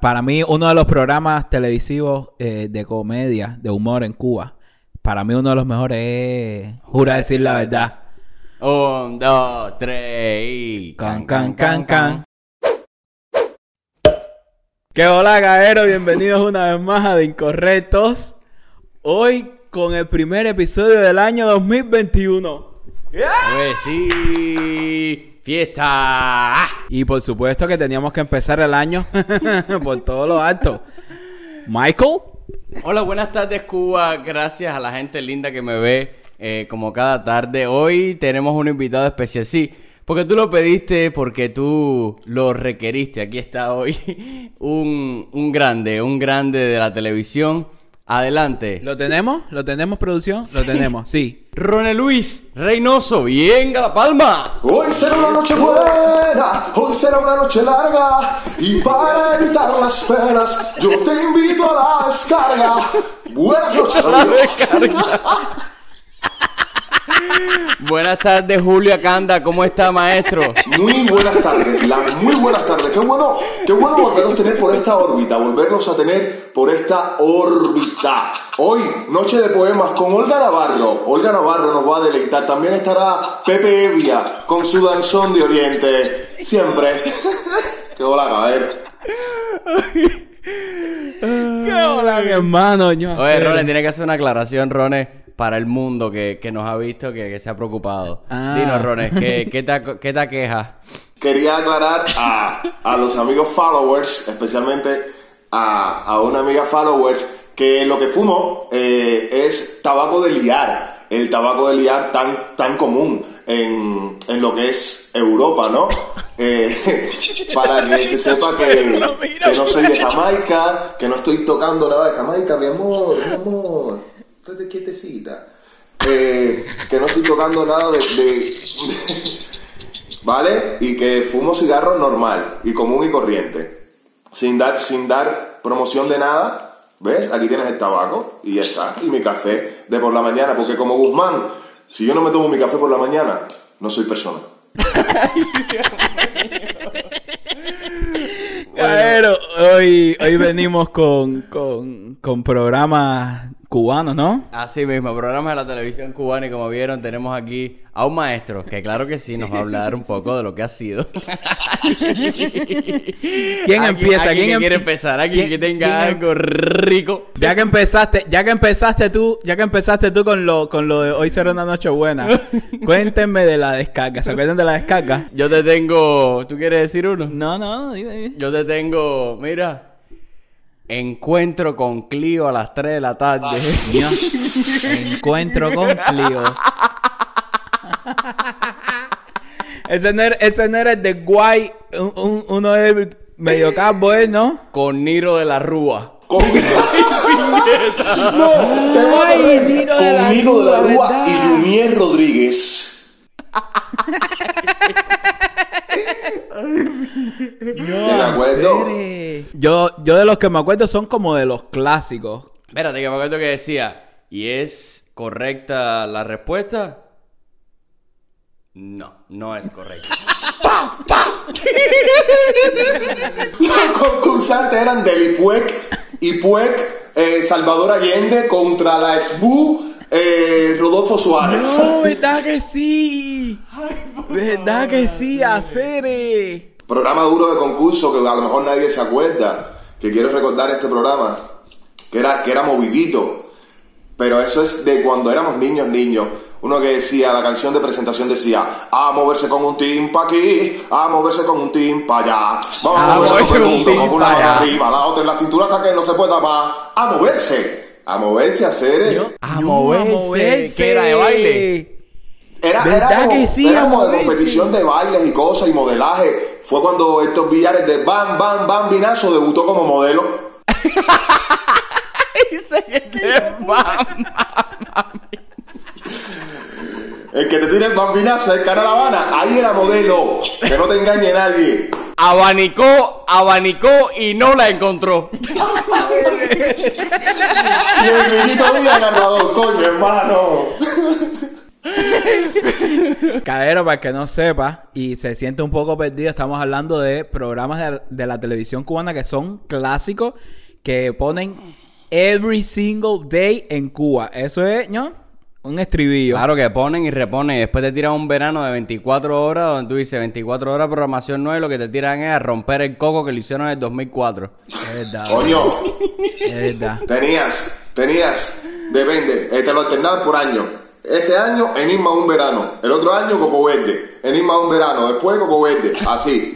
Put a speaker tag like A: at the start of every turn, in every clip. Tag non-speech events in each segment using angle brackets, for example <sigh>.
A: para mí, uno de los programas televisivos eh, de comedia, de humor en Cuba, para mí uno de los mejores es Jura decir la verdad.
B: Un, dos, tres y.
A: Can, can, can, can. ¿Qué hola, caeros? Bienvenidos una vez más a De Incorrectos. Hoy con el primer episodio del año 2021.
B: Pues sí. Fiesta. Ah.
A: Y por supuesto que teníamos que empezar el año <laughs> por todo lo alto. Michael,
B: Hola, buenas tardes, Cuba. Gracias a la gente linda que me ve eh, como cada tarde. Hoy tenemos un invitado especial. Sí, porque tú lo pediste, porque tú lo requeriste. Aquí está hoy <laughs> un, un grande, un grande de la televisión. Adelante.
A: ¿lo tenemos? ¿Lo tenemos, producción? Lo tenemos, sí.
B: Rone Luis Reynoso, bien a la palma.
C: Hoy será una noche buena, hoy será una noche larga y para evitar las penas yo te invito a la descarga. Buenas noches, amigos.
B: Buenas tardes, Julio Acanda. ¿Cómo está, maestro?
C: Muy buenas tardes, la- muy buenas tardes. Qué bueno, qué bueno volvernos a tener por esta órbita, volvernos a tener por esta órbita. Hoy, noche de poemas con Olga Navarro. Olga Navarro nos va a deleitar. También estará Pepe Evia con su danzón de Oriente. Siempre. <laughs> Qué hola, caballero.
A: ¿Qué hola, mi hermano? Yo
B: Oye,
A: sé.
B: Rone, tiene que hacer una aclaración, Rone, para el mundo que, que nos ha visto, que, que se ha preocupado.
A: Ah.
B: Dinos, Rone, ¿qué, qué te, aco- qué te aqueja?
C: Quería aclarar a, a los amigos followers, especialmente a, a una amiga followers, que lo que fumo eh, es tabaco de liar, el tabaco de liar tan, tan común en, en lo que es Europa, ¿no? Eh, <laughs> para que se sepa que, que no soy de Jamaica, que no estoy tocando nada de Jamaica, mi amor, mi amor, estate quietecita. Eh, que no estoy tocando nada de- de, ¿vale? Y que fumo cigarro normal y común y corriente. Sin dar, sin dar promoción de nada, ¿ves? Aquí tienes el tabaco y ya está. Y mi café de por la mañana, porque como Guzmán, si yo no me tomo mi café por la mañana, no soy persona.
A: Bueno, hoy, hoy venimos con, con, con programas cubanos, ¿no?
B: Así mismo, programas de la televisión cubana y como vieron tenemos aquí a un maestro que claro que sí nos va a hablar un poco de lo que ha sido.
A: ¿Quién empieza?
B: ¿Quién
A: ¿Quién em-
B: quiere empezar? Aquí
A: ¿Quién-
B: que tenga
A: quién em-
B: algo rico.
A: Ya que empezaste, ya que empezaste tú, ya que empezaste tú con lo, con lo de hoy será una noche <laughs> buena, cuéntenme de la descarga. ¿Se acuerdan de la descarga?
B: Yo te tengo... ¿Tú quieres decir uno?
A: No, no, dime, dime.
B: Yo te tengo... Mira. Encuentro con Clio a las 3 de la tarde.
A: Ah. Dios. Encuentro con Clio. ese, no era, ese no era el de Guay, un- un- uno de medio campo, ¿eh? ¿no?
B: Con Niro de la Rúa.
C: Con... no, te voy a
A: Ay,
C: correr
A: Nino de la
C: con Nino de la
A: Rúa,
C: Rúa y
A: ¿verdad?
C: Junier Rodríguez. <laughs> me acuerdo.
A: Yo, yo de los que me acuerdo son como de los clásicos.
B: Espérate, que me acuerdo que decía. ¿Y es correcta la respuesta? No, no es correcta.
C: Los concursantes eran Deli Puec y Puec, eh, Salvador Allende contra la SBU, eh, Rodolfo Suárez.
A: No, verdad que sí. verdad que sí, hacer.
C: Programa duro de concurso que a lo mejor nadie se acuerda, que quiero recordar este programa, que era, que era movidito, pero eso es de cuando éramos niños, niños. Uno que decía, la canción de presentación decía, a moverse con un team pa' aquí, a moverse con un team pa' allá, vamos
B: A
C: a, moverse
B: moverse
C: todo
B: con
C: el
B: un
C: mundo,
B: team
C: con una
B: pa'
C: mano
B: allá.
C: arriba, la otra en la cintura hasta que no se pueda más, a moverse, a moverse, a hacer... eh.
B: A moverse, que era de baile.
C: Era,
A: ¿Verdad
C: era como,
A: que sí,
C: era como de
A: amor?
C: competición de bailes y cosas y modelaje. Fue cuando estos billares de Bam Bam Bam Binazo debutó como modelo. El que te tire el bambinazo el cara a La Habana, ahí era modelo. Que no te engañe nadie.
B: <laughs> Abanicó, abanicó y no la encontró.
C: Y el Miguito Díaz ganador, coño, hermano.
A: Cadero, para el que no sepa y se siente un poco perdido, estamos hablando de programas de, de la televisión cubana que son clásicos que ponen every single day en Cuba. Eso es, ¿no? Un estribillo.
B: Claro que ponen y reponen. Y después te tiran un verano de 24 horas, donde tú dices 24 horas programación nueva y lo que te tiran es a romper el coco que le hicieron en el 2004.
A: Es verdad.
C: Coño,
A: Es verdad.
C: tenías, tenías, depende, eh, te lo alternabas por año. Este año, Enigma un verano. El otro año, Coco Verde. Enigma un verano. Después, Coco Verde. Así.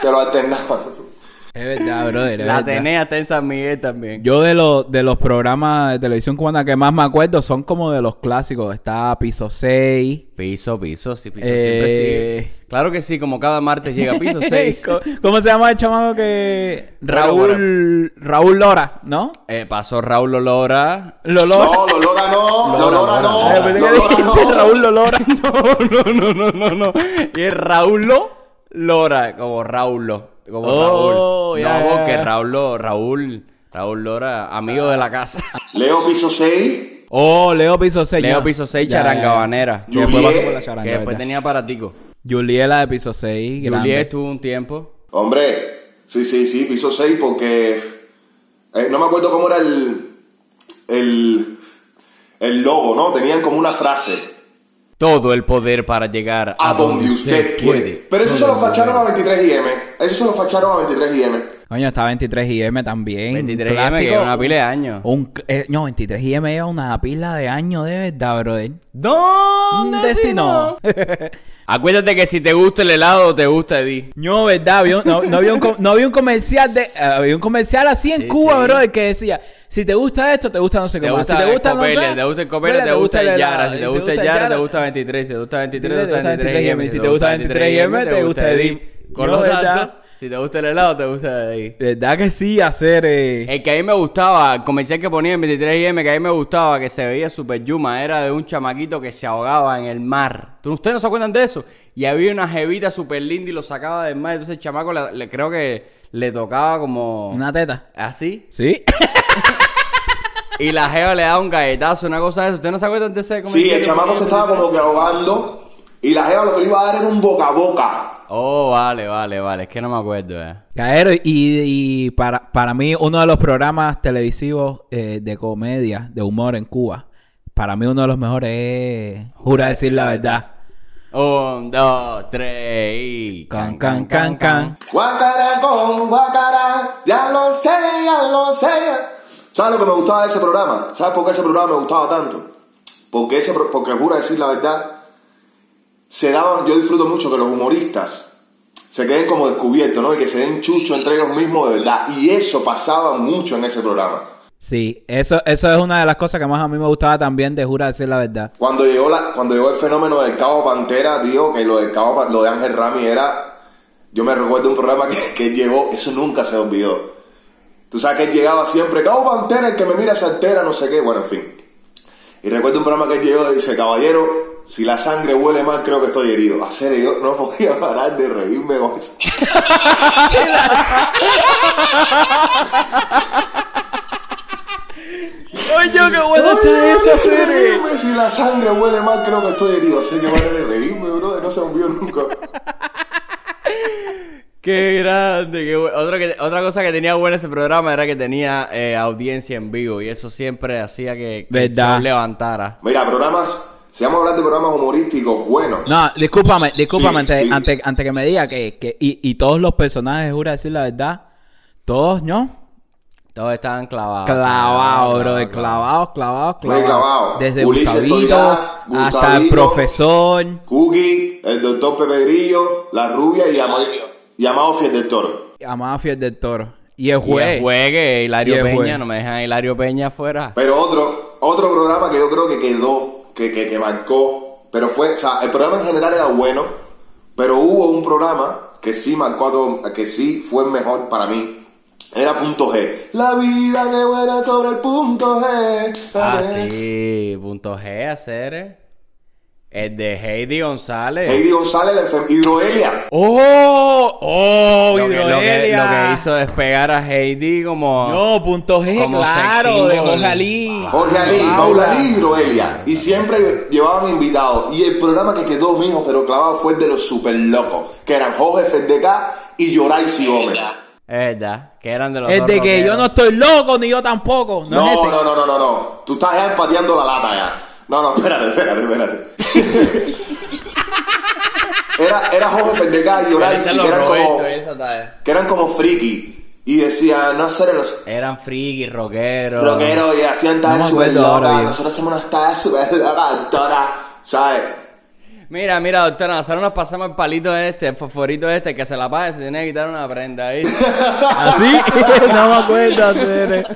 C: Te lo alternabas.
A: Es verdad, brother. es
B: La
A: verdad.
B: tenés hasta en San Miguel también.
A: Yo de, los de los programas de televisión cubana que más me acuerdo son como de los clásicos. Está Piso 6.
B: Piso, piso, sí, piso
A: Eh.
B: siempre sigue. Claro que sí, como cada martes llega <laughs> piso 6.
A: Co- ¿Cómo se llama el chamaco que...
B: Bueno,
A: Raúl... Raúl Lora, ¿no?
B: Eh, pasó Raúl Olora.
A: Lolora.
C: No, Lolora no. Lolora no.
A: Ay, pensé que
C: Lolora
A: dijiste
C: no.
A: <laughs> Raúl Lolora.
B: No, no, no, no, no. Y es Raúlo Lora, como Raulo. Como
A: Oh,
B: Raúl.
A: ya, ya,
B: no, porque
A: ya.
B: Raulo, Raúl, Raúl Lora, amigo de la
A: <laughs>
B: casa.
C: Leo Piso 6.
A: Oh, Leo Piso 6.
B: Leo Piso 6, Charangabanera.
A: Que después
C: Juliet,
A: pasó por la
B: Que
A: charanga,
B: después
A: ¿verdad?
B: tenía Paratico.
A: Juliela de Piso 6. grande.
B: Juliet estuvo un tiempo.
C: Hombre, sí, sí, sí, Piso 6 porque... eh, no me acuerdo cómo era el... El... El logo, ¿no? Tenían como una frase.
B: Todo el poder para llegar
C: a donde usted quiere. Pero eso se lo facharon a 23IM. Eso se lo facharon a 23IM.
A: Coño, está 23IM también.
B: 23
A: Un
B: que
A: clásico.
B: lleva una pila de años.
A: Un cl- eh, no, 23IM lleva una pila de años de verdad, brother.
B: ¿Dónde
A: ¿Dónde si no?
B: Acuérdate que si te gusta el helado, te gusta Eddie.
A: No, verdad, había un- no, no había un, com- no había un comercial de, eh, había un comercial así en
B: Sí,
A: Cuba,
B: sí.
A: brother, que decía, si te gusta esto, te gusta no sé
B: Te
A: qué más. Si
B: gusta
A: te
B: el
A: gusta no sé,
B: Copelia, te gusta el Copelia, te gusta el Yara. Si te gusta el Yara, te gusta 23. Si te gusta 23, te gusta 23.
A: Si te gusta 23, te gusta Eddie.
B: Con
A: No,
B: lo
A: ¿verdad?
B: tanto, si te gusta el helado, te gusta Eddie.
A: Verdad que sí, hacer eh,
B: El que a mí me gustaba, el comercial que ponía en 23IM, que a mí me gustaba, que se veía Super Yuma, era de un chamaquito que se ahogaba en el mar. ¿Tú- ¿Ustedes no se acuerdan de eso? Y había una jevita super linda y lo sacaba del mar. Entonces el chamaco la- le, creo que le tocaba como...
A: una teta.
B: Así.
A: Sí. <coughs>
B: Y la jeva le daba un galletazo, una cosa de eso. ¿Ustedes no se acuerdan de ese comercial?
C: Sí, el
B: que
C: chamaco
B: ponía
C: se
B: en
C: estaba como que ahogando. Y la jeva lo que le iba a dar era un boca a boca.
B: Oh, vale, vale, vale. Es que no me acuerdo, eh.
A: Caero, y, y para, para mí uno de los programas televisivos eh, de comedia, de humor en Cuba, para mí uno de los mejores es Jura decir la verdad.
B: Un, dos, tres y...
A: Can, can, can, can.
C: Guacara con guacara. Ya lo sé, ya lo sé. ¿Sabes lo que me gustaba de ese programa? ¿Sabes por qué ese programa me gustaba tanto? Porque, ese, pro- porque jura decir la verdad. Se daban, yo disfruto mucho que los humoristas se queden como descubiertos, ¿no? Y que se den chucho entre ellos mismos de verdad. Y eso pasaba mucho en ese programa.
A: Sí, eso, eso es una de las cosas que más a mí me gustaba también de Jura decir la verdad.
C: Cuando llegó, la, cuando llegó el fenómeno del Cabo Pantera, digo que lo, del Cabo, Pa- lo de Ángel Rami era. Yo me recuerdo un programa que, que llegó, eso nunca se me olvidó. Tú sabes que él llegaba siempre, Cabo Pantera, el que me mira se altera, no sé qué, bueno, en fin. Y recuerdo un programa que él llegó y dice, caballero, si la sangre huele mal, creo que estoy herido. A serio, yo no <laughs> podía parar de reírme con eso.
A: Oye, qué bueno está eso, serie.
C: Reírme, si la sangre huele mal, creo que estoy herido. Así que manera de reírme, brother, no se me olvidó nunca.
B: Qué grande, qué bueno. Otro que- otra cosa que tenía bueno ese programa era que tenía eh, audiencia en vivo y eso siempre hacía que, que el
A: ¿Verdad?
B: show levantara.
C: Mira, programas, si vamos a hablar de programas humorísticos, bueno.
A: No, discúlpame, discúlpame,
C: Sí,
A: antes,
C: sí.
A: Antes, antes que me diga que, que y, y todos los personajes, Jura decir la verdad, todos, ¿no?
B: Todos estaban clavados.
A: Clavado, bro, de
B: clavado.
A: clavados, clavados,
C: Muy
A: clavados.
C: clavado.
A: Desde
C: Ulises
A: Gustavito
C: Toirá,
A: hasta el
C: Gustavito.
A: profesor.
C: Cookie, el doctor Pepe Grillo, la rubia y, Ama- y Amado Fiel del Toro.
A: Amado Fiel del Toro. Y el
B: Y
A: juez.
B: el juegue, Hilario
A: Y el
B: Peña,
A: juez.
B: no me dejan a Hilario Peña afuera.
C: Pero otro, otro programa que yo creo que quedó, que, que, que marcó, pero fue, o sea, el programa en general era bueno, pero hubo un programa que sí marcó a todo- que sí fue el mejor para mí. Era punto G. La vida que buena sobre el punto G.
B: Ah, sí, punto G, hacer. eh. El de Heidi González.
C: Heidi González, la enferma. Hidroelia.
A: ¡Oh! ¡Oh!
B: Lo que, lo, que, lo
A: Hidroelia.
B: que hizo despegar a Heidi como.
A: No, punto G,
B: Como
A: claro,
B: sex
A: de
B: symbol.
A: Jorge Ali.
C: Jorge Ali,
A: Paula.
C: Paula Ali, Hidroelia. Y siempre llevaban invitados. Y el programa que quedó mijo, pero clavado, fue el de los super locos. Que eran Jorge Fedecá y Yoraisi Gómez.
B: Es verdad, que eran de los
A: El
B: dos
A: de que yo
B: rockeros.
A: no estoy loco, ni yo tampoco. No,
C: No,
A: es ese.
C: no, no, no, no, no. Tú estás ya empateando la lata ya. No, no, espérate, espérate, espérate. <laughs> era, era Jorge Fedecá y
B: Pero ese
C: Yoraisi,
B: es
C: que
B: los
C: eran como,
B: Roberto, esa tal.
C: que eran como friki. Y decían, no hacer los
B: Eran friki, rockeros.
C: Rockero y hacían
B: No
C: tallas
B: me
C: super
B: acuerdo ahora
C: locas.
B: bien.
C: Nosotros hacemos unas tallas super locas, doctora. ¿Sabes?
B: Mira, mira, doctora, nosotros nos pasamos el palito este, el fosforito este, que se la pague, se tiene que quitar una prenda ahí.
A: Así, <laughs> no me acuerdo. hacer.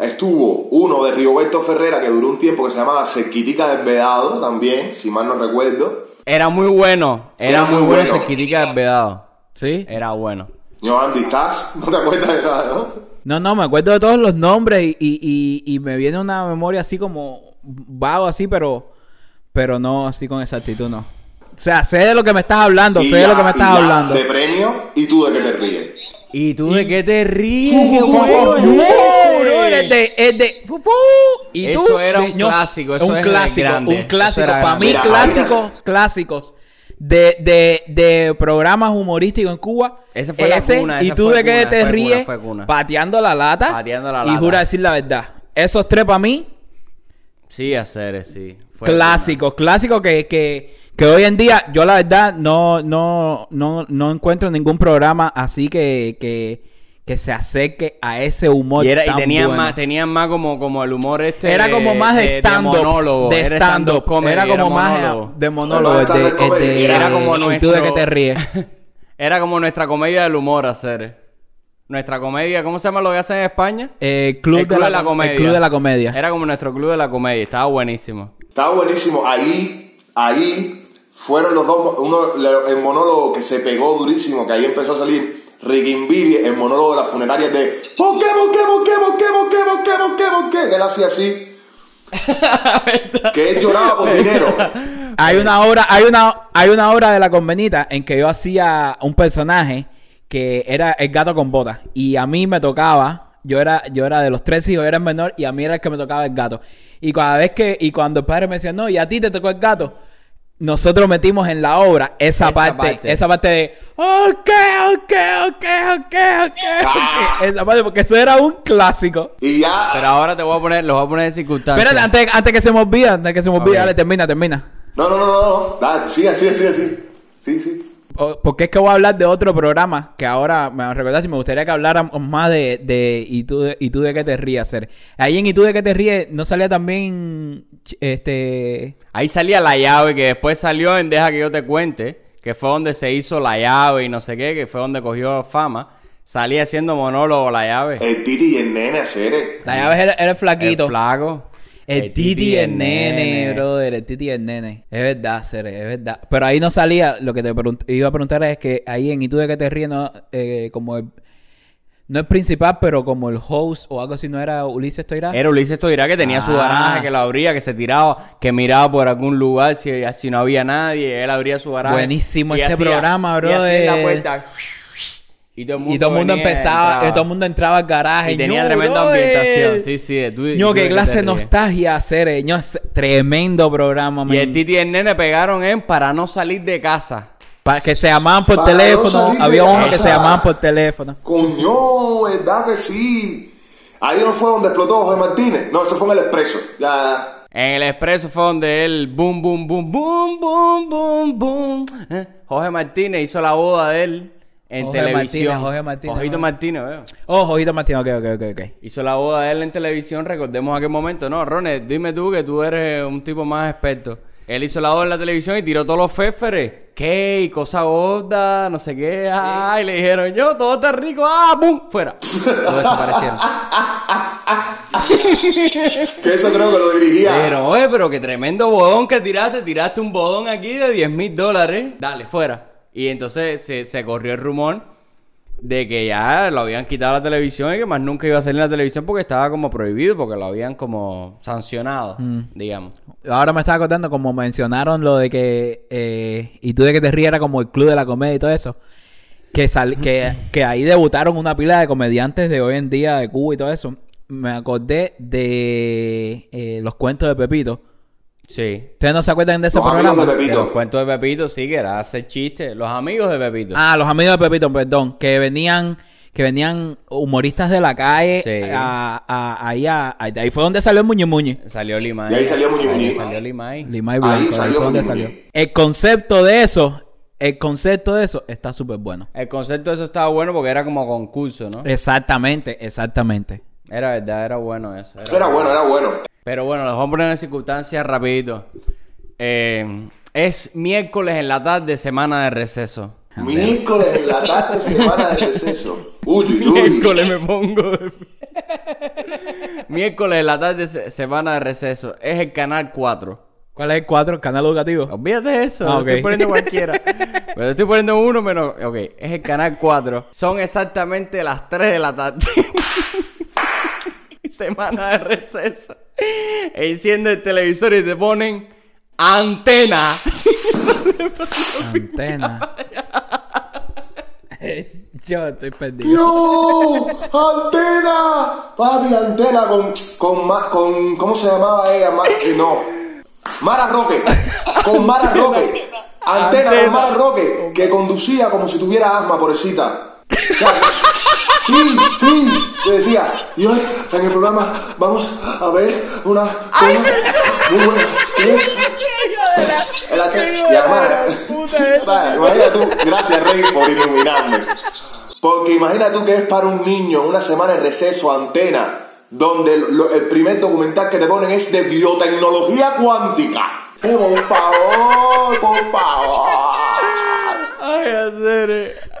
C: Estuvo uno de Rigoberto Ferrera que duró un tiempo que se llamaba Cerquitica del Vedado también, si mal no recuerdo.
B: Era muy bueno, era,
C: Era
B: muy
C: muy
B: bueno
C: bueno.
B: ese Kirica Vedado.
A: ¿Sí?
B: Era bueno.
C: Yo, Andy, ¿estás? <laughs> ¿No te acuerdas de nada, no?
A: No, no, me acuerdo de todos los nombres y, y- y- y me viene una memoria así como vago así, pero pero no así con exactitud, no. O sea, sé de lo que me estás hablando,
C: Y
A: sé de
C: ya-
A: lo que me estás
C: y ya
A: hablando.
C: De premio, ¿y tú de qué te ríes?
B: ¿Y tú de qué te ríes?
C: Fu,
B: ¿Qué
C: fu, fu,
B: juego
C: fu,
B: es
C: fu,
B: ese?
A: Bro, eres de, es de- fu, fu. ¿Y
B: Eso
A: tú?
B: era un
A: Niño,
B: clásico, eso
A: un
B: es de
A: clásico,
B: grande.
A: un clásico.
B: Eso era
A: Para mí,
B: grande.
C: Mira, ahí
A: clásicos, clásicos de, de, de programas humorísticos en Cuba.
B: Ese fue la cuna,
A: Y
B: esa
A: tú
B: fue
A: de qué
B: cuna,
A: te
B: fue cuna,
A: ríes,
B: fue cuna.
A: pateando la lata.
B: Pateando la
A: Y
B: lata.
A: jura decir la verdad. Esos tres para mí,
B: Sí, hacer, sí. Fue
A: clásicos, clásicos que, que, que hoy en día, yo la verdad no, no, no, no encuentro ningún programa así que, que, que se acerque a ese humor.
B: Y, era, y
A: Oh, tan
B: tenían,
A: bueno.
B: más, tenían más como, como el humor este.
A: era como más de stand-up. De,
B: monólogo. era
A: stand-up.
B: comedy,
A: era como más
B: monólogo.
A: de monólogo.
C: Era
A: el de-
C: stand-up
A: el
C: comedy.
A: de-
B: Era como
A: ¿Y tú de qué
B: nuestro-
A: te ríes?
B: <laughs> Era como nuestra comedia del humor hacer. Nuestra comedia, ¿cómo se llama lo que hacen en España?
A: Eh, club,
B: El
A: de la, comedia. El club de la comedia.
B: Era como nuestro club de la comedia, estaba buenísimo.
C: Estaba buenísimo. Ahí, ahí fueron los dos. Uno, la- el monólogo que se pegó durísimo, que ahí empezó a salir Riquimbili, el monólogo de las funerarias de ¿Por qué, por qué, por qué, por qué, por qué, por qué, por qué, por qué? Que él
A: <laughs>
C: hacía así. que él lloraba por dinero.
A: Hay una obra, hay una, hay una obra de la convenita en que yo hacía un personaje que era el gato con botas. Y a mí me tocaba, yo era, yo era de los tres hijos, yo era el menor, y a mí era el que me tocaba el gato. Y cada vez que, y cuando el padre me decía, no, y a ti te tocó el gato. Nosotros metimos en la obra esa,
B: Esa
A: parte,
B: parte.
A: esa parte de ok, ok, ok, ok, ok,
B: Ah.
A: ok. Esa parte, porque eso era un clásico.
C: Y ya.
B: Pero ahora te voy a poner, los voy a poner en circunstancias.
A: Espérate, antes, antes que se me olvide, antes que se me olvide,
B: Ok.
A: dale, termina, termina.
C: No, no, no, no, no. Ah, Dale, sigue, sigue, sigue, sigue. Sí, sí.
A: O- Porque es que voy a hablar de otro programa que ahora me recordaste y me gustaría que habláramos más de, de ¿Y, tú de ¿Y tú de qué te ríes? Ser. Ahí en ¿Y tú de qué te ríes? ¿No salía también ch- este...
B: Ahí salía la llave que después salió en Deja que yo te cuente, que fue donde se hizo la llave y no sé qué, que fue donde cogió fama. Salía haciendo monólogo la llave.
C: El Titi y el nene, seres.
A: La llave era, era el
B: El
A: flaquito. El,
B: flaco.
A: titi y el nene,
B: nene.
A: brother. El titi y el nene. Es verdad, Ser, es verdad. Pero ahí no salía... Lo que te pregun- iba a preguntar es que ahí en ¿Y tú de qué te ríes? No, eh, como el... No el principal, pero como el host o algo así, ¿no era Ulises Toirá?
B: Era Ulises Toirá que tenía su
A: Ah.
B: baraja, que la abría, que se tiraba, que miraba por algún lugar si, si no había nadie, él abría su baraja.
A: Buenísimo
B: y
A: ese programa,
B: Y hacía en la
A: brother.
B: puerta. Y todo el mundo,
A: Y todo el mundo
B: venía,
A: empezaba,
B: entraba.
A: y todo el mundo entraba al garaje.
B: Y tenía
A: Ño,
B: tremenda
A: brother.
B: ambientación. Sí, sí. tú-
A: Ño,
B: tú de
A: qué
B: que
A: clase
B: te
A: de
B: ríes.
A: nostalgia hacer, eh. Ño, es tremendo programa,
B: Y
A: man.
B: el Titi y el nene pegaron en para no salir de casa.
A: Pa- que se llamaban por
C: Para no
A: teléfono.
C: salir de
A: Había uno que
C: casa.
A: se llamaban por teléfono.
C: Coño, verdad que sí. Ahí no fue donde explotó José Martínez. No, eso fue en el expreso. Ya.
B: En el expreso fue donde él, boom, boom, boom, boom, boom, boom, boom. Eh, Jorge Martínez hizo la boda de él en
A: Jorge
B: televisión.
A: Martínez, Jorge Martínez,
B: Ojito
A: Jorge-
B: Martínez, veo.
A: Oh, Jojito Martín, ok, ok, ok, ok.
B: Hizo la boda de él en televisión, recordemos aquel momento. No, Rones, dime tú que tú eres un tipo más experto. Él hizo la boda en la televisión y tiró todos los féferes. ¿Qué? Y Cosa gorda, no sé qué. Ay, le dijeron yo, todo está rico. ¡Ah, boom! Fuera. Lo desaparecieron.
C: Que eso creo que lo dirigía.
B: Pero, oye, pero qué tremendo bodón que tiraste. Tiraste un bodón aquí de 10 mil dólares. Dale, fuera. Y entonces se, se corrió el rumor de que ya lo habían quitado la televisión y que más nunca iba a salir en la televisión porque estaba como prohibido, porque lo habían como sancionado, digamos.
A: Ahora me estaba acordando, como mencionaron lo de que. eh, y tú de que te rías era como el club de la comedia y todo eso. Que, sal- que,
B: <laughs>
A: que ahí debutaron una pila de comediantes de hoy en día, de Cuba y todo eso. Me acordé de eh, los cuentos de Pepito.
B: Sí.
A: ¿Ustedes no se acuerdan de ese
C: Los amigos
A: programa?
C: de
B: Que Los
C: Pepito.
B: cuentos de Pepito, sí, que era hacer chistes. Los amigos de Pepito.
A: Ah, los amigos de Pepito, perdón, que venían, que venían humoristas de la calle
B: Sí.
A: a, a- ahí a- ahí- ahí fue donde salió el Muñe Muñe.
B: Salió Limay.
C: Y ahí salió Muñiz Muñiz.
B: salió Limay.
A: Lima y
C: Ahí
A: Blanco, ahí
C: salió
A: fue donde
C: Muñe
A: salió.
C: Muñe.
A: El concepto de eso, el concepto de eso está súper bueno.
B: El concepto de eso estaba bueno porque era como concurso,
A: Eh.
B: ¿no?
A: Exactamente, exactamente.
B: Era verdad, era bueno eso. era
C: Era bueno, era bueno.
B: Pero bueno, los hombres en las circunstancias, rapidito. Eh, es miércoles en la tarde, semana de receso.
C: Miércoles en la tarde, semana de receso. Uy, uy,
B: <laughs>
C: uy.
B: <laughs> Miércoles me pongo. de pie. <laughs> miércoles en la tarde, se- semana de receso. Es el canal 4.
A: ¿Cuál es el 4? Canal educativo.
B: Olvídate de eso,
A: Ah,
B: lo
A: ok.
B: estoy poniendo cualquiera. <laughs> Pero estoy poniendo uno menos. Ok, es el canal 4. Son exactamente las 3 de la tarde. <laughs> Semana de receso. E Enciende el televisor y te ponen antena.
A: Antena. <laughs> Yo estoy perdido.
C: ¡No! ¡Antena! Papi, antena con. con, Ma- con ¿Cómo se llamaba ella? Ma- eh, no. Mara Roque. Con Mara Roque. Antena,
B: Antena.
C: con Mara Roque. Que conducía como si tuviera asma, pobrecita. Ya. Sí, sí. Te decía. Y hoy en el programa vamos a ver una. cosa muy buena. que es el ante- y además- Vale, imagina tú, gracias Rey por iluminarme. Porque imagina tú que es para un niño una semana de receso antena, donde lo- el primer documental que te ponen es de biotecnología cuántica. Por favor, por favor.
B: Ay, Acere. Ay,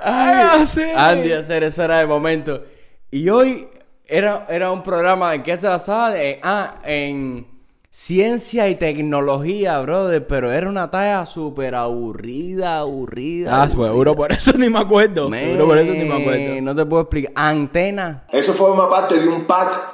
A: Ay, Acere.
B: Andy, Acere, eso era el momento. Y hoy era, era un programa en que se basaba de- ah, en ciencia y tecnología, brother. Pero era una talla súper aburrida, aburrida.
A: Ah, seguro por eso ni me acuerdo.
B: Man,
A: Seguro por eso ni me acuerdo.
B: No te puedo explicar. Antena.
C: Eso forma parte de un pack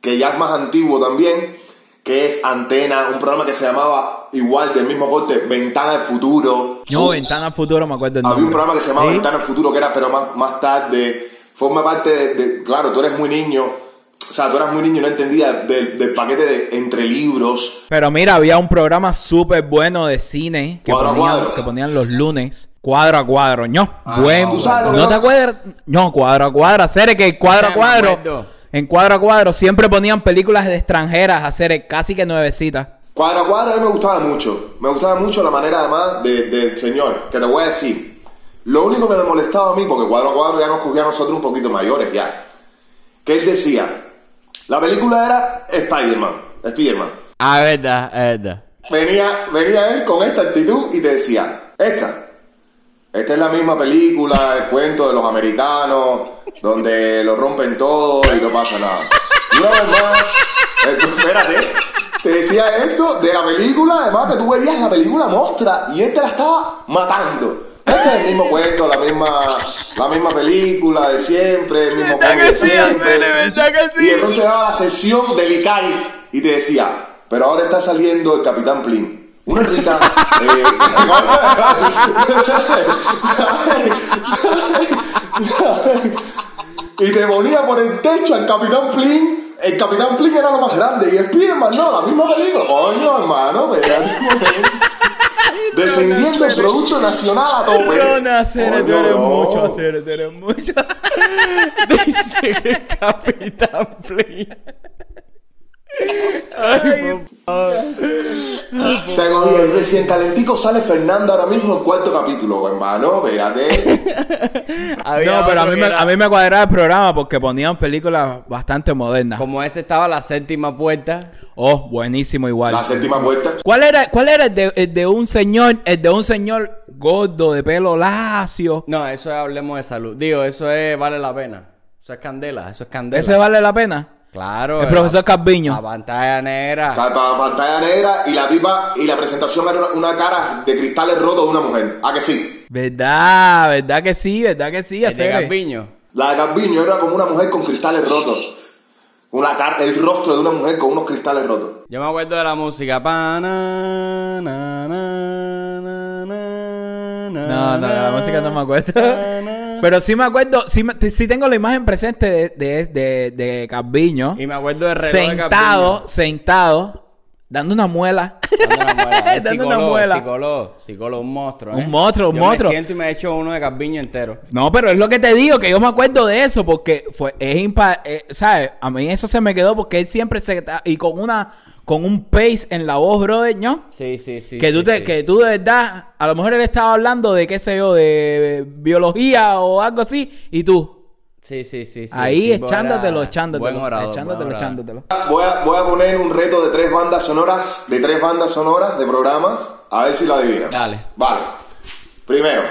C: que ya es más antiguo también, que es Antena, un programa que se llamaba igual del mismo corte, Ventana del Futuro.
A: No, Ventana al Futuro me acuerdo el
C: Había un
A: nombre.
C: programa que se llamaba
B: ¿Sí?
C: Ventana al Futuro, que era pero más, más tarde. Forma parte de, de- Claro, tú eres muy niño. O sea, tú eras muy niño y no entendías del, del paquete de entre libros.
A: Pero mira, había un programa súper bueno de cine que,
C: Cuadro a
A: ponían,
C: cuadro.
A: que ponían los lunes, cuadro a cuadro, ño.
B: Ah,
A: Buen.
C: ¿Tú sabes lo que
A: ¿No
C: no-
A: te acuerdas? No, cuadro a cuadro, hacer que el cuadro
B: Ya
A: a
B: me
A: cuadro.
B: acuerdo.
A: En cuadro a cuadro siempre ponían películas de extranjeras, hacer casi que nuevecitas.
C: Cuadra a cuadra a mí me gustaba mucho. Me gustaba mucho la manera además de- del señor, que te voy a decir. Lo único que me molestaba a mí, porque cuadro a cuadro ya nos cogía a nosotros un poquito mayores ya. Que él decía, la película era Spider-Man, Spider-Man.
B: Ah, verdad, es verdad.
C: Venía, venía él con esta actitud y te decía, esta, esta es la misma película, el cuento de los americanos, donde lo rompen todo y no pasa nada. Y una vez más, eh, tú, espérate, te decía esto de la película, además que tú veías la película mostra y él te la estaba matando. Este es el mismo cuento, la misma, la misma película de siempre, el mismo
B: ¿Verdad
C: cómic
B: que
C: de
B: sí,
C: siempre.
B: Alfred? ¿Verdad que sí?
C: Y de pronto te daba la sesión del ICAI y te decía, pero ahora está saliendo el Capitán Plin. Una
B: <laughs>
C: rica. eh, <laughs> y te ponía por el techo al Capitán Plin. El Capitán Plin era lo más grande. Y Spiderman, no, la misma película. Coño, hermano, pero Defendiendo el producto nacional a tope. Coño, no.
A: tú eres mucho. <laughs>
B: Dice que es Capitán Play. Ay,
C: Te cogí el recién calentico sale Fernando ahora mismo en el cuarto capítulo, hermano, espérate.
B: había
A: no, pero a
B: otro
A: mí,
B: que
A: me,
B: era-
A: a mí me cuadraba el programa porque ponían películas bastante modernas.
B: Como ese estaba la séptima puerta.
A: Oh, buenísimo igual.
C: La séptima puerta.
A: ¿Cuál era, cuál era el, de, el de un señor, el de un señor gordo de pelo lacio?
B: No, eso es hablemos de salud. Digo, eso es vale la pena. Eso es candela, eso es candela.
A: ¿Ese vale la pena?
B: Claro.
A: El profesor
B: la, la
A: Carviño.
B: pantalla negra.
C: Pa- pa- Pantalla negra y la tipa y la presentación era una, una cara de cristales rotos de una mujer. ¿A que sí?
A: ¿Verdad? ¿Verdad que sí? ¿Verdad que sí? eh.
B: El de
A: Acere?
B: Garbiño.
C: La de Garbiño era como una mujer con cristales rotos. Una car- el rostro de una mujer con unos cristales rotos.
B: Yo me acuerdo de la música. Pa, na, na, na, na, na,
A: No, no, la
B: na,
A: música no me acuerdo.
B: <laughs> na, na.
A: <laughs> Pero sí me acuerdo, sí, me- sí tengo la imagen presente de, de, de, de Calviño.
B: Y me acuerdo del reloj de
A: Sentado, sentado, dando una muela. <laughs>
B: Dando
A: Dando
B: una
A: una
B: muela.
A: muela.
B: Es Psicólogo, psicólogo, un monstruo. ¿eh?
A: Un monstruo, un
B: Yo
A: monstruo.
B: Me siento y me echo uno de Carbiño entero.
A: No, pero es lo que te digo, que yo me acuerdo de eso, porque fue, es impa- eh, ¿sabes? A mí eso se me quedó porque él siempre se ta- y con una, con un pace en la voz, brother, ¿no?
B: Sí, sí, sí.
A: que tú
B: sí,
A: te,
B: sí.
A: que tú de verdad, a lo mejor él estaba hablando de qué sé yo, de biología o algo así, y tú,
B: Sí, sí, sí. sí,
A: ahí
B: el tipo era
A: echándotelo,
B: buen
A: echándotelo,
B: orador,
A: echándotelo,
B: buen orador.
A: echándotelo.
C: Voy a, voy a poner un reto de tres bandas sonoras, de tres bandas sonoras de programas, a ver si la adivinan.
B: Dale.
C: Vale. Primero.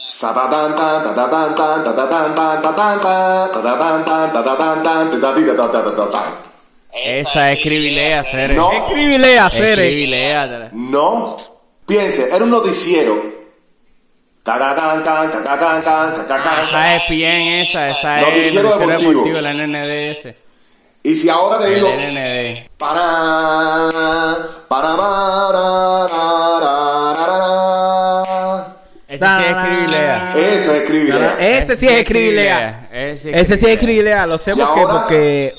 C: Satatán, tan, tatatán, tan, tatatán, tan, tatán, tan, tatatán, tan, tatatán, tan, titatí, tatatá, tatatán.
B: Esa es Cribilea, Cere.
C: No.
A: Escríbele a
B: Es
A: Cere.
B: Cribilea, Cere.
C: No. Piense, era un noticiero. Cacacán, can, cacacán, can,
B: Ah,
C: cacacán,
B: esa es bien esa, esa es
C: Noticiero deportivo.
B: el NNDS.
C: Y si ahora te
B: El
C: digo...
B: NND.
C: Para, para, para, para, para,
B: Ese sí es Cribilea.
C: para. Eso
A: Claro,
C: es escribir.
A: eh. Ese sí es escribilea. Ese sí es escribilea, lo sé
C: ¿Y
A: porque,
C: ahora?
A: porque,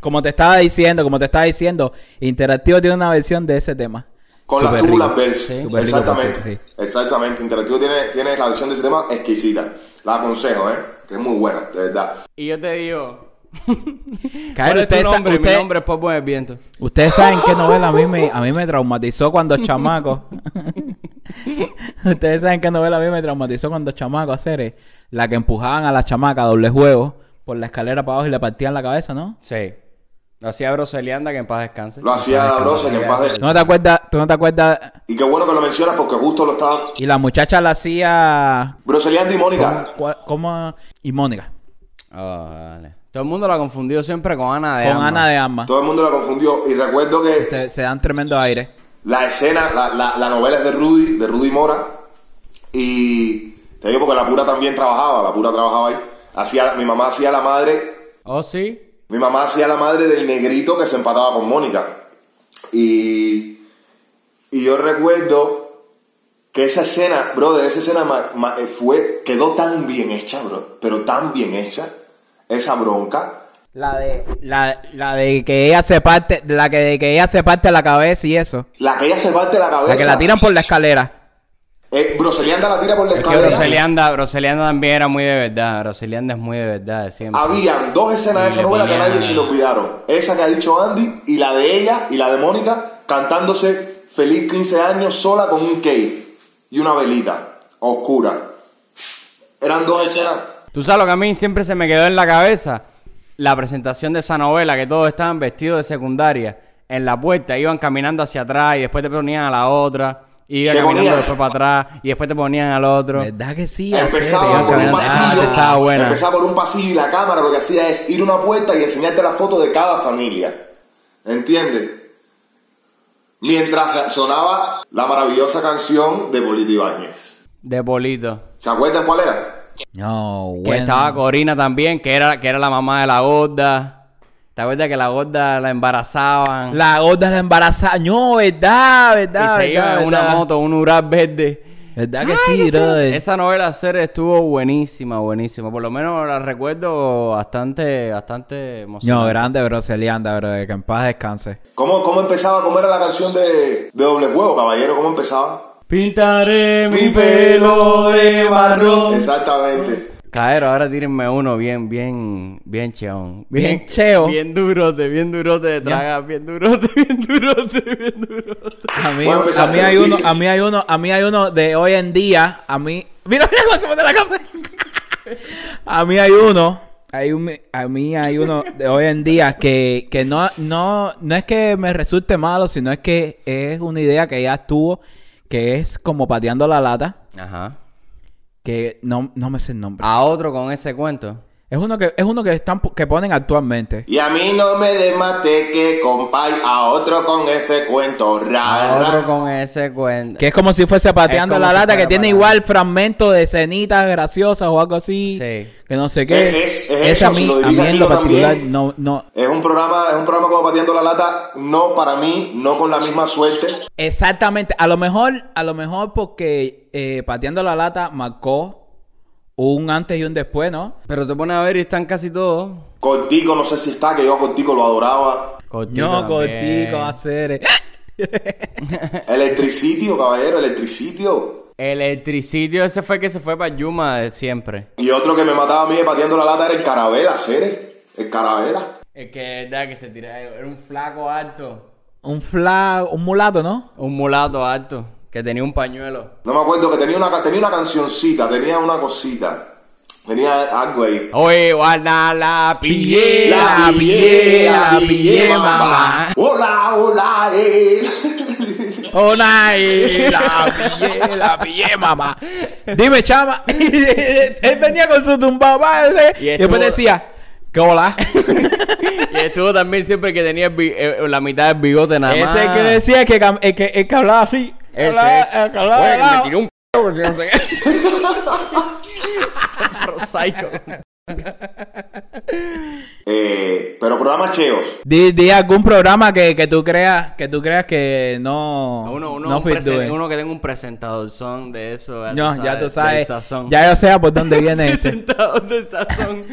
A: como te estaba diciendo, como te estaba diciendo, Interactivo tiene una versión de ese tema.
C: Con las
A: Súper rico.
C: túbulas bells.
A: Sí, súper rico,
C: Exactamente.
A: sí, sí.
C: Exactamente. Interactivo tiene, tiene la versión de ese tema exquisita. La aconsejo, ¿eh? Que es muy buena, de verdad.
B: Y yo te digo.
A: Caer,
B: ¿Cuál es tu
A: ustedes, sa-
B: nombre? Mi
A: ustedes-
B: nombre es Popo en el Viento.
A: ustedes saben qué novela a mí me, a mí me traumatizó cuando
B: <laughs>
A: chamaco. ustedes saben qué novela a mí me traumatizó cuando chamaco, hacer la que empujaban a la chamaca a doble juego por la escalera para abajo y le partían la cabeza, ¿no?
B: Sí. Lo hacía Broselianda, que en paz descanse.
C: Lo hacía la brosa que en paz
A: ¿Tú
C: de...
A: no te acuerdas? ¿Tú no te acuerdas?
C: Y qué bueno que lo mencionas porque justo lo estaba...
A: Y la muchacha la hacía
C: Broselianda y Mónica.
A: ¿Cuál- ¿Cómo? Y Mónica.
B: Oh, vale. Todo el mundo lo ha confundido siempre con Ana de
A: Con
B: Armas.
A: Ana de Armas.
C: Todo el mundo la confundió. Y recuerdo que
A: Se, se dan tremendo aire.
C: la escena, la, la, la novela es de Rudy, de Rudy Mora. Y te digo porque la pura también trabajaba, la pura trabajaba ahí. Hacía, mi mamá hacía la madre,
B: Oh, sí.
C: mi mamá hacía la madre del negrito que se empataba con Mónica. Y, y yo recuerdo que esa escena, brother, esa escena ma- ma- eh, fue, quedó tan bien hecha, bro, pero tan bien hecha, esa bronca.
A: La de, la, la de que ella se parte, la que de que ella se parte la cabeza y eso.
C: La que ella se parte la cabeza.
A: La que la tiran por la escalera.
C: Eh, Broselianda la tira por la
B: Es que
C: escalera.
B: Broselianda, Broselianda también era muy de verdad. Broselianda es muy de verdad, de siempre.
C: Habían dos escenas de
B: Y
C: esa
B: le
C: novela que
B: ponían-
C: nadie se le olvidaron. Esa que ha dicho Andy y la de ella y la de Mónica cantándose Feliz 15 años sola con un cake y una velita oscura. Eran dos escenas.
B: Tú sabes lo que a mí siempre se me quedó en la cabeza. La presentación de esa novela, que todos estaban vestidos de secundaria. En la puerta iban caminando hacia atrás y después te ponían a la otra. Y iban
C: Te
B: caminando
C: ponían.
B: después para atrás y después te ponían al otro.
A: ¿Verdad que sí?
C: Empezaba
B: iban
C: por un
B: caminando.
C: pasillo.
B: Ah, estaba buena.
C: Empezaba por un pasillo y la cámara lo que hacía es ir a una puerta y enseñarte la foto de cada familia. ¿Entiendes? Mientras sonaba la maravillosa canción de Polito Ibáñez.
B: De Polito.
C: ¿Se acuerdan cuál era?
A: No,
B: Que
A: bueno.
B: estaba Corina también, que era, que era la mamá de la gorda. ¿Te acuerdas que la gorda la embarazaban?
A: La gorda la embarazada. No, verdad, verdad,
B: y
A: verdad.
B: se iba en una
A: verdad.
B: moto, un Ural verde.
A: ¿Verdad que
B: Ay,
A: sí,
B: no sé, no
A: brother?
B: sé. Esa novela serie estuvo buenísima, buenísima. Por lo menos la recuerdo bastante, bastante
A: No,
B: emocionante.
A: grande Broselianda, brother. Que en paz descanse.
C: ¿Cómo, cómo empezaba? ¿Cómo era la canción de, de Doble Juego, caballero? ¿Cómo empezaba?
B: Pintaré mi pelo de marrón.
C: Exactamente.
B: Caero, ahora tírenme uno bien, bien, bien cheón. Bien,
A: Bien cheo.
B: Bien durote, bien durote de tragar, bien durote, <laughs> bien durote, bien durote.
A: A mí,
C: Bueno,
A: a
C: empezar
A: mí
C: con
A: hay uno,
C: noticias.
A: a mí hay uno, a mí hay uno de hoy en día, a mí. Mira, mira cómo se pone la capa. A mí hay uno, hay un, a mí hay uno de hoy en día que, que no, no, no es que me resulte malo, sino es que es una idea que ya estuvo, que es como pateando la lata,
B: Ajá.
A: que no, no me sé el nombre.
B: A otro con ese cuento.
A: Es uno que, es uno que están que ponen actualmente.
C: Y a mí no me demate que compay a otro con ese cuento. Ra, ra.
B: Otro con ese cuento.
A: Que es como si fuese pateando
B: Es como
A: la
B: si
A: lata, que
B: fuera
A: tiene
B: pateando.
A: igual fragmentos de cenitas graciosas o algo así.
B: Sí.
A: Que no sé qué.
C: Es- es- es
A: Ese
C: eso,
A: a mí,
C: se lo
A: a
C: diría
A: mí en
C: yo
A: lo particular
C: también.
A: no, no.
C: Es un programa, es un programa como pateando la lata, no para mí, no con la misma suerte.
A: Exactamente. A lo mejor, a lo mejor porque eh, pateando la lata marcó un antes y un después, ¿no?
B: Pero te pones a ver y están casi todos.
C: Cortico, no sé si está, que yo a Cortico lo
B: <laughs>
C: adoraba.
A: No,
B: también.
A: cortico, hacer. eh,
C: Electricitio, caballero, electricitio.
B: Electricitio, ese fue que se fue para Yuma de siempre.
C: Y otro que me mataba a mí de pateando la lata era el Carabela, Cere. El Carabela.
B: Es que era que se tiraba, era un flaco alto.
A: Un fla, un mulato, ¿no?
B: Un mulato alto, que tenía un pañuelo.
C: No me acuerdo que tenía una, ca- tenía una cancioncita, tenía una cosita. Tenía algo ahí.
B: Oye, guarda la pillé, la pillé, la pillé, mamá.
C: Hola, hola, eh. <laughs>
A: Hola, y la pillé, la
B: Eh,
A: pillé, mamá. <laughs> Dime, chama. <laughs> Él venía con su tumbaba. ese,
B: Y
A: Y después
B: estuvo-
A: decía, ¿qué
B: <laughs>
A: hola?
B: Y estuvo también siempre que tenía el bi- eh, la mitad del bigote nada más.
A: Ese que decía que, cam- el que, el que hablaba así.
B: Ese.
A: Hablaba- el que hablaba de
B: Oye, que me
A: lado.
B: tiró un p***, porque no sé qué. Pro psycho.
C: Eh, pero programas cheos.
A: Di, di algún programa que, que tú creas que tú creas que no
B: Uno, uno,
A: no
B: un
A: fit
B: presen-
A: doing.
B: uno que tenga un presentador son de eso.
A: No, ya tú sabes.
B: del sazón.
A: Ya yo sé por dónde viene <laughs>
B: <laughs>
A: ese.
B: Presentador de <laughs> sazón.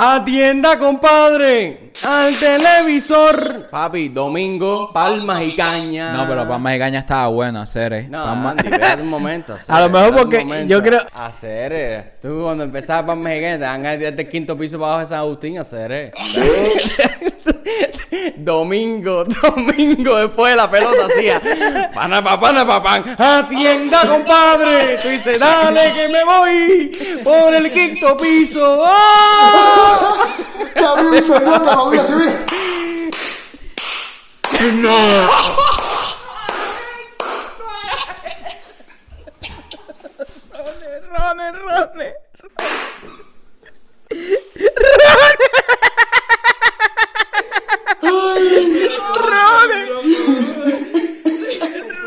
B: Ah, Atienda, compadre. Al televisor. Papi, domingo, palmas y caña.
A: No, pero Palma y Caña estaba bueno hacer, eh.
B: No,
A: Palma-
B: Andy, espérate un momento.
A: <laughs>
B: hacer,
A: A lo mejor
B: espérate un
A: porque
B: momento.
A: yo creo-
B: Hacer, eh. Tú cuando empezabas Palmas y caña, te dan ganas de tirarte el quinto piso para abajo de San Agustín. Hacer, eh. <laughs>
C: De-
B: Domingo, <laughs> domingo, después de la pelota hacía <laughs> pana pa, pana pa, pan, atienda compadre, tú dices dale que me voy por el quinto piso, ¡Ah!
C: que <laughs> había un señor que lo vi así, mira.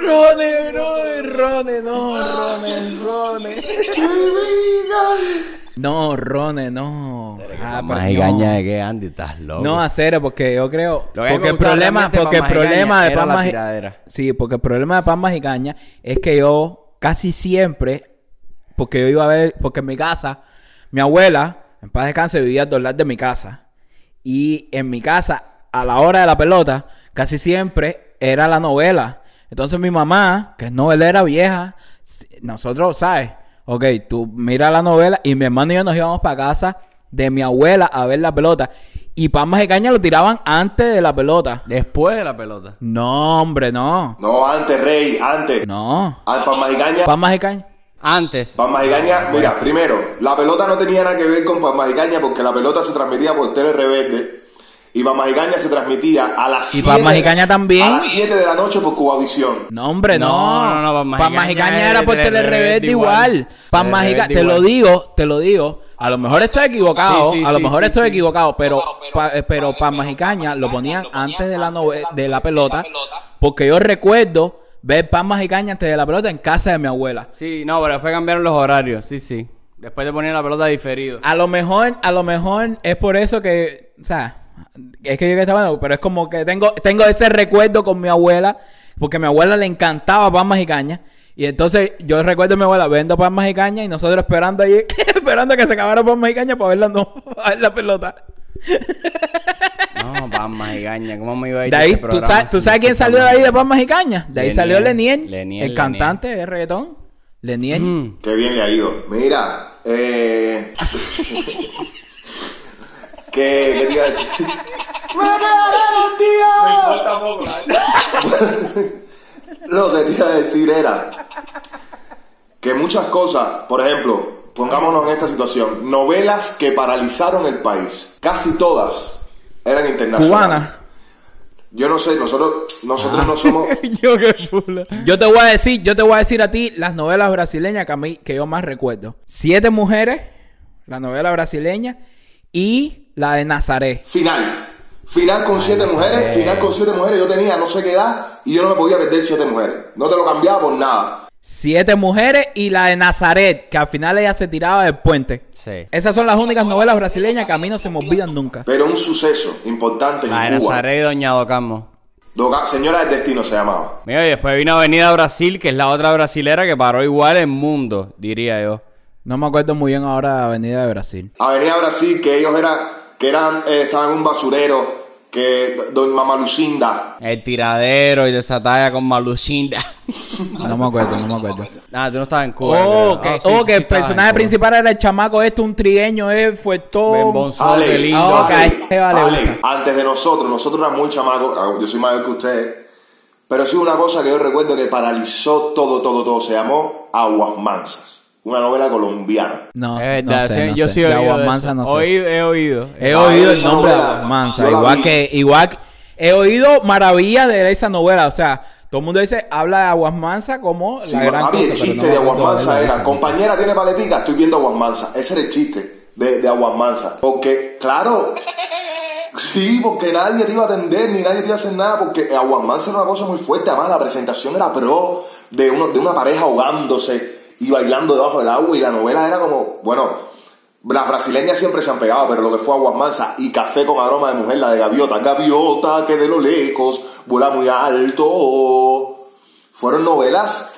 A: Rone, bro, Rone, no, Rone, Rone. No, Rone, no. Ah, pero
B: Más
A: no.
B: gaña de que Andy, estás loco.
A: No, a cero, porque yo creo.
B: Lo que a mí me
A: Porque el
B: gustaba
A: problema,
B: realmente de
A: porque el
B: Palmas y Caña
A: problema de
B: era la
A: Palmas y
B: tiradera.
A: Sí, porque el problema de Palmas y Caña es que yo casi siempre, porque yo iba a ver, porque en mi casa, mi abuela, en paz descanse, vivía al doblar de mi casa. Y en mi casa, a la hora de la pelota, casi siempre era la novela. Entonces mi mamá, que es novelera vieja, si- nosotros, ¿sabes? Ok, tú mira la novela y mi hermano y yo nos íbamos para casa de mi abuela a ver la pelota. Y Palmas de Caña lo tiraban antes de la pelota.
B: Después de la pelota.
A: No, hombre, no.
C: No, antes, Rey, antes.
A: No.
C: Ah, Palma y Caña.
A: Palmas de Caña.
B: Antes.
C: Palma y Caña, mira, primero, la pelota no tenía nada que ver con Palma y Caña porque la pelota se transmitía por Tele Rebelde y Palma y Caña se transmitía a las
A: Y
C: 7
A: Palmas y Caña también.
C: A las 7 de la noche por Cubavisión.
A: No, hombre, no.
B: No, no, no, Palmas y
A: Palmas y
B: Caña
A: Caña era
B: es
A: por
B: de
A: Telerrebelde
B: Rebelde
A: igual.
B: igual.
A: Palmas y Caña,
B: Telerrebelde
A: te lo
B: igual.
A: digo, te lo digo. A lo mejor estoy equivocado,
B: Sí, sí,
A: a lo
B: sí,
A: mejor
B: sí,
A: estoy
B: sí.
A: equivocado, pero pa- eh, pero Palmas y Caña lo ponían antes de la nove- de la pelota, porque yo recuerdo ver Palmas y Caña antes de la pelota en casa de mi abuela.
B: Sí, no, pero después cambiaron los horarios, sí, sí. Después te ponían la pelota diferido.
A: <laughs> A lo mejor, a lo mejor es por eso que, o sea, es que yo que estaba, pero es como que tengo, tengo ese recuerdo con mi abuela, porque a mi abuela le encantaba palmas y cañas. Y entonces yo recuerdo a mi abuela viendo palmas y cañas y nosotros esperando ahí, <laughs> esperando que se acabara palmas y cañas para verla no, <laughs> a ver la pelota.
B: No, Palmas y caña, ¿cómo me iba a ir
A: De ahí,
B: este
A: ¿tú
B: programa
A: sabes,
B: sin
A: ¿tú sabes
B: ese
A: quién salió de
B: Palmas
A: ahí
B: y
A: de palmas y cañas? De ahí
B: Leniel.
A: salió Leniel,
B: Leniel,
A: el
B: Leniel.
A: cantante de reggaetón. Leniel.
B: Mm.
C: Qué bien le ha ido. Mira, <laughs> eh... ¿Qué, ¿Qué te iba a decir? <laughs> ¡Me quedaron, tío! Lo que te iba a decir era que muchas cosas, por ejemplo, pongámonos en esta situación, novelas que paralizaron el país, casi todas eran internacionales.
A: Cubana.
C: Yo no sé, nosotros, nosotros no somos...
B: Yo qué fula.
A: Yo te voy a decir, yo te voy a decir a ti las novelas brasileñas que a mí que yo más recuerdo. Siete mujeres, la novela brasileña y la de Nazaret.
C: Final. Final con siete mujeres, final con siete mujeres. Yo tenía no sé qué edad y yo no me podía perder siete mujeres. No te lo cambiaba por nada.
A: Siete mujeres y la de Nazaret, que al final ella se tiraba del puente.
B: Sí.
A: Esas son las únicas novelas brasileñas que a mí no se me olvidan nunca.
C: Pero un suceso importante en
B: La de
C: Cuba.
B: Nazaret y Doña Docamo.
C: Doca- Señora del Destino se llamaba.
B: Mira, y después vino Avenida Brasil, que es la otra brasilera que paró igual el mundo, diría yo.
A: No me acuerdo muy bien ahora de Avenida de Brasil.
C: Avenida Brasil, que ellos eran, que eran, eh, estaban en un basurero, que don Mamá Lucinda.
B: El tiradero y de esa talla con Malucinda.
A: No me acuerdo, no me acuerdo.
B: <laughs> Ah, tú no estabas en Cuba.
A: Oh,
B: creo.
A: que,
B: Ah, sí,
A: oh,
B: sí,
A: que
B: sí
A: el
B: estabas en
A: personaje
B: Cuba.
A: principal era el chamaco este, un trigueño, él fue todo...
B: Bembonzote,
C: Ale,
B: lindo.
A: Ah,
C: Ale,
A: ok, vale, vale,
C: Ale,
A: busca.
C: antes de nosotros, nosotros éramos muy chamacos, ah, yo soy mayor que ustedes, pero sí una cosa que yo recuerdo que paralizó todo, todo, todo, se llamó Aguas Mansas, una novela colombiana.
A: No,
B: Es
A: no
B: verdad,
A: Eh, sé,
B: sí,
A: no
B: Eh, yo
A: sé.
B: sí he
A: De
B: oído. de
A: Aguasmansa
B: eso.
A: no sé.
B: Oído, he oído.
A: He
C: Ah,
A: oído el
C: esa
A: nombre de
C: novela.
A: Aguasmansa,
C: Yo la
A: igual
C: vi.
A: que, igual, que- he oído maravillas de esa novela, o sea, todo el mundo dice, habla de Aguasmansa como
C: Sí,
A: la gran
C: papi, el
A: cosa, pero
C: chiste
A: no
C: de
A: me acuerdo
C: Aguasmansa
A: de la
C: era,
A: letra.
C: compañera tiene paletica, estoy viendo Aguasmansa. Ese era el chiste de, de Aguasmansa. Porque, claro, sí, porque nadie te iba a atender, ni nadie te iba a hacer nada, porque Aguasmansa era una cosa muy fuerte. Además, la presentación era pro de, uno, de una pareja ahogándose y bailando debajo del agua, y la novela era como, bueno... Las brasileñas siempre se han pegado, pero lo que fue Aguasmansa y Café con aroma de mujer, la de Gaviota. Gaviota que de lo lejos vuela muy alto fueron novelas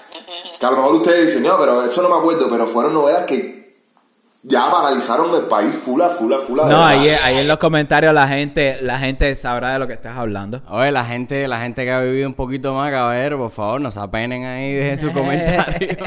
C: que a lo mejor ustedes dicen, no, pero eso no me acuerdo, pero fueron novelas que ya paralizaron el país fula, fula, fula. de
A: No,
C: verdad.
A: ahí, ahí en los comentarios la gente, la gente sabrá de lo que estás hablando.
B: Oye, la gente, la gente que ha vivido un poquito más, caballero, por favor, no se apenen ahí, dejen sus comentarios.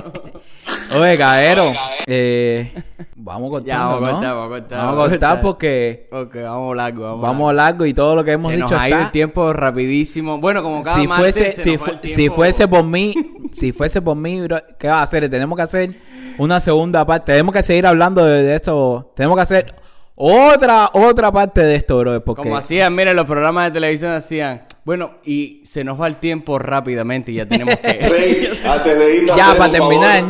A: Oye, Gaero, eh, vamos
B: Ya,
A: cortando,
B: vamos a
A: ¿no?
B: cortar, vamos a cortar,
A: Vamos a
B: vamos a
A: cortar
B: cortar.
A: porque
B: <laughs> ok, vamos largo, vamos largo.
A: vamos largo y todo lo que hemos
B: se
A: dicho
B: nos ha ido el
A: está...
B: tiempo rapidísimo. Bueno, como cada
A: Si
B: martes
A: fuese,
B: se
A: si,
B: nos va el
A: fu- si
B: tiempo.
A: fuese por mí, si fuese por mí, bro, ¿qué va a hacer? Tenemos que hacer una segunda parte. Tenemos que seguir hablando de, de esto. Tenemos que hacer otra, otra parte de esto, bro. Porque
B: Como hacían, mira, los programas de televisión hacían. Bueno, y se nos va el tiempo rápidamente y ya
A: <laughs>
B: tenemos que.
C: Rey, antes
B: <laughs>
C: de irnos,
A: Ya,
C: hazme
A: para
C: un favor,
A: terminar.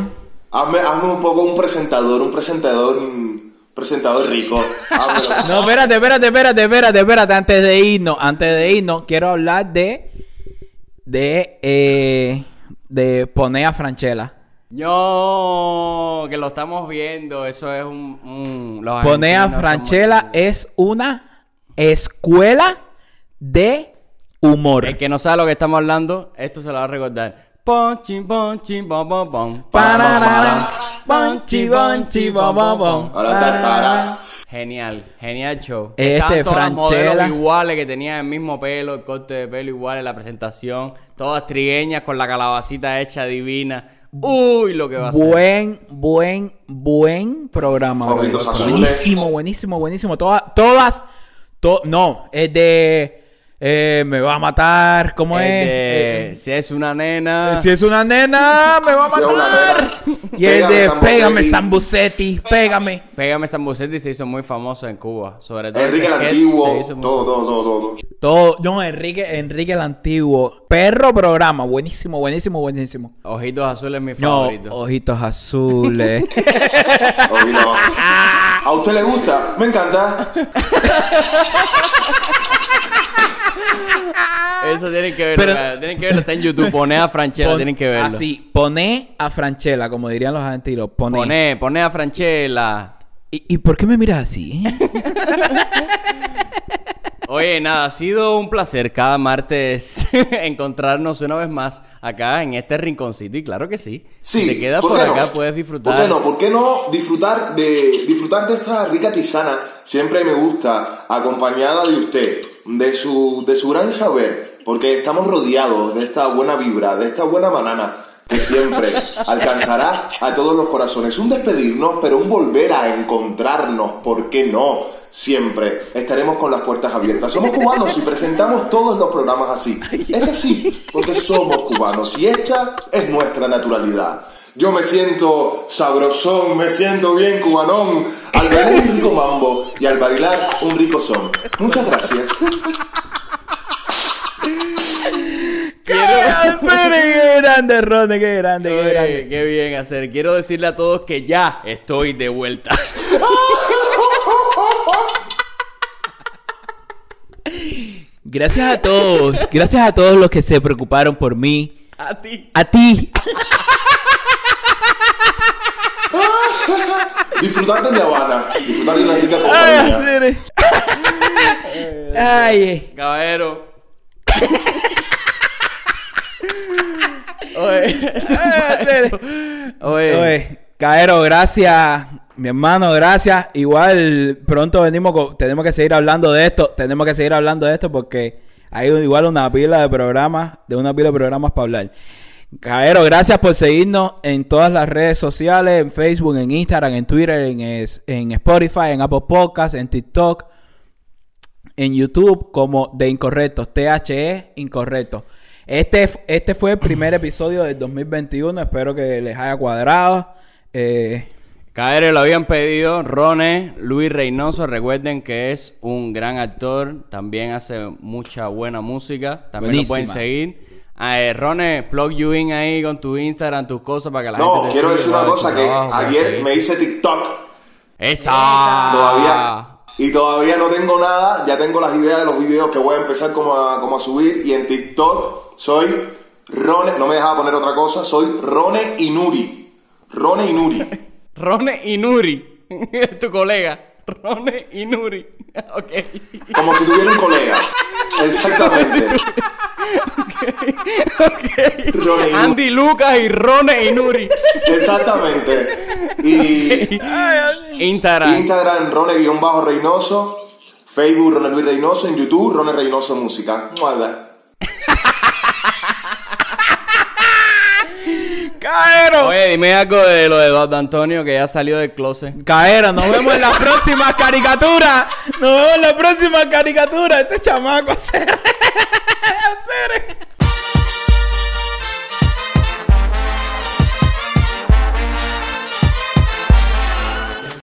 C: hazme, hazme un poco un presentador, un presentador, un presentador rico.
B: <laughs>
C: Házmelo.
A: No, espérate, espérate, espérate, espérate, espérate. Antes de irnos, antes de irnos, quiero hablar de. De. eh, de poner a Franchella.
B: no, que lo estamos viendo. Eso es un. un los
A: Poner a
B: argentinos
A: Franchella
B: somos-
A: es una escuela de
B: El
A: humor.
B: que no sabe lo que estamos hablando, esto se lo va a recordar. Ponchin, ponchin, bom, bom, bom.
A: Pararara, bonchi, bonchi, bo, bo, bo.
C: Ahora está
B: Ah.
C: para.
B: Genial, genial show.
A: Este
B: Estaban todas las
A: Franchella.
B: modelos iguales que tenían el mismo pelo, el corte de pelo igual, la presentación, todas trigueñas con la calabacita hecha divina. Uy, lo que va a ser.
A: Buen, buen, buen programa. bro.
C: Ojitos azules.
A: Buenísimo, buenísimo, buenísimo. Todas, todas, to- no, es de eh, me va a matar, ¿cómo
B: El
A: es?
B: de,
A: Eh,
B: si es una nena.
A: Si es una nena, me va a
C: Si es una
A: matar.
C: nena.
A: Y el
C: Pégame,
A: de
C: Zambucetti.
A: pégame, Zambucetti, pégame.
B: Pégame San Bucetti se hizo muy famoso en Cuba. Sobre todo.
C: Enrique el
B: ese sketch se
C: Antiguo,
B: hizo muy
C: todo, todo,
B: <laughs>
C: todo, todo.
A: Todo, no, Enrique, Enrique el Antiguo. Perro programa, buenísimo, buenísimo, buenísimo.
B: famoso. Ojitos azules mi
A: No,
B: favorito.
A: ojitos
B: <laughs>
A: azules.
C: Oye, no. ¿A usted le gusta? Me encanta.
B: Eso tienen que verlo,
A: Pero-
B: cara, tienen que verlo, está en YouTube, poné a Franchella,
A: Pon-
B: tienen que verlo.
A: Así, poné a Franchella, como dirían los argentinos. Poné.
B: Poné, poné a Franchella.
A: ¿Y, y por qué me miras así?
B: Oye, nada, ha sido un placer cada martes <laughs> encontrarnos una vez más acá en este rinconcito y claro que sí.
C: Sí.
B: Si te quedas por,
C: qué no?
B: acá puedes disfrutar.
C: ¿Por qué no? ¿Por qué no disfrutar de, disfrutar de esta rica tisana? Siempre me gusta, acompañada de usted, de su, de su gran saber, porque estamos rodeados de esta buena vibra, de esta buena banana que siempre alcanzará a todos los corazones. Un despedirnos, pero un volver a encontrarnos, ¿por qué no? Siempre estaremos con las puertas abiertas. Somos cubanos y presentamos todos los programas así. Es así, porque somos cubanos y esta es nuestra naturalidad. Yo me siento sabrosón, me siento bien cubanón al ver un rico mambo y al bailar un rico son. Muchas gracias.
A: ¡Qué grande, Ronde! ¡Qué grande,
B: Oye, qué bien hacer. Quiero decirle a todos que ya estoy de vuelta. <laughs>
A: Gracias a todos, gracias a todos los que se preocuparon por mí.
B: A ti.
A: A ti,
C: Disfrutar de La Habana. Disfrutar de una rica
A: Ay,
C: compañía.
A: serio. <laughs> Ay, eh.
B: Caballero. Oye.
A: Ay, serio.
B: Oye.
A: Oye, Caero, gracias. Mi hermano, gracias. Igual pronto venimos, con- tenemos que seguir hablando de esto, tenemos que seguir hablando de esto porque hay un- igual una pila de programas, de una pila de programas para hablar. Caero, gracias por seguirnos en todas las redes sociales, en Facebook, en Instagram, en Twitter, en, es- en Spotify, en Apple Podcasts, en TikTok, en YouTube como de Incorrectos, THE Incorrectos. E Este, este fue el primer episodio del 2021, espero que les haya cuadrado. Eh,
B: Caero lo habían pedido, Rone, Luis Reynoso, recuerden que es un gran actor, también hace mucha buena música, también
A: Buenísima.
B: lo pueden seguir. Ah, eh, Rone, plug you in ahí con tu Instagram, tus cosas para que la gente
C: No,
B: te siga,
C: quiero decir una
B: para tu
C: cosa que
B: trabajo, para
C: ayer
B: seguir.
C: me hice TikTok
B: ¡Esa!
C: todavía y todavía no tengo nada, ya tengo las ideas de los videos que voy a empezar como a, como a subir y en TikTok soy Rone, no me dejaba poner otra cosa, soy Rone Inuri. Rone Inuri.
B: Rone y Nuri, <laughs> tu colega. Rone y Nuri. <laughs> ok.
C: Como si tuviera un colega. Exactamente.
B: ok.
C: Rone y Nuri.
B: Andy Lucas y Rone y Nuri.
C: Exactamente. Y
B: Instagram.
C: Instagram, Rone-Reynoso. Facebook, Rone Luis Reynoso. En YouTube, Rone Reynoso Música. Muala.
A: ¡Caero!
B: Oye, dime algo de lo de Eduardo Antonio que ya salió del closet.
A: Caero, nos vemos en la próxima caricatura. Nos vemos en la próxima caricatura. Este chamaco, hacer. hacer.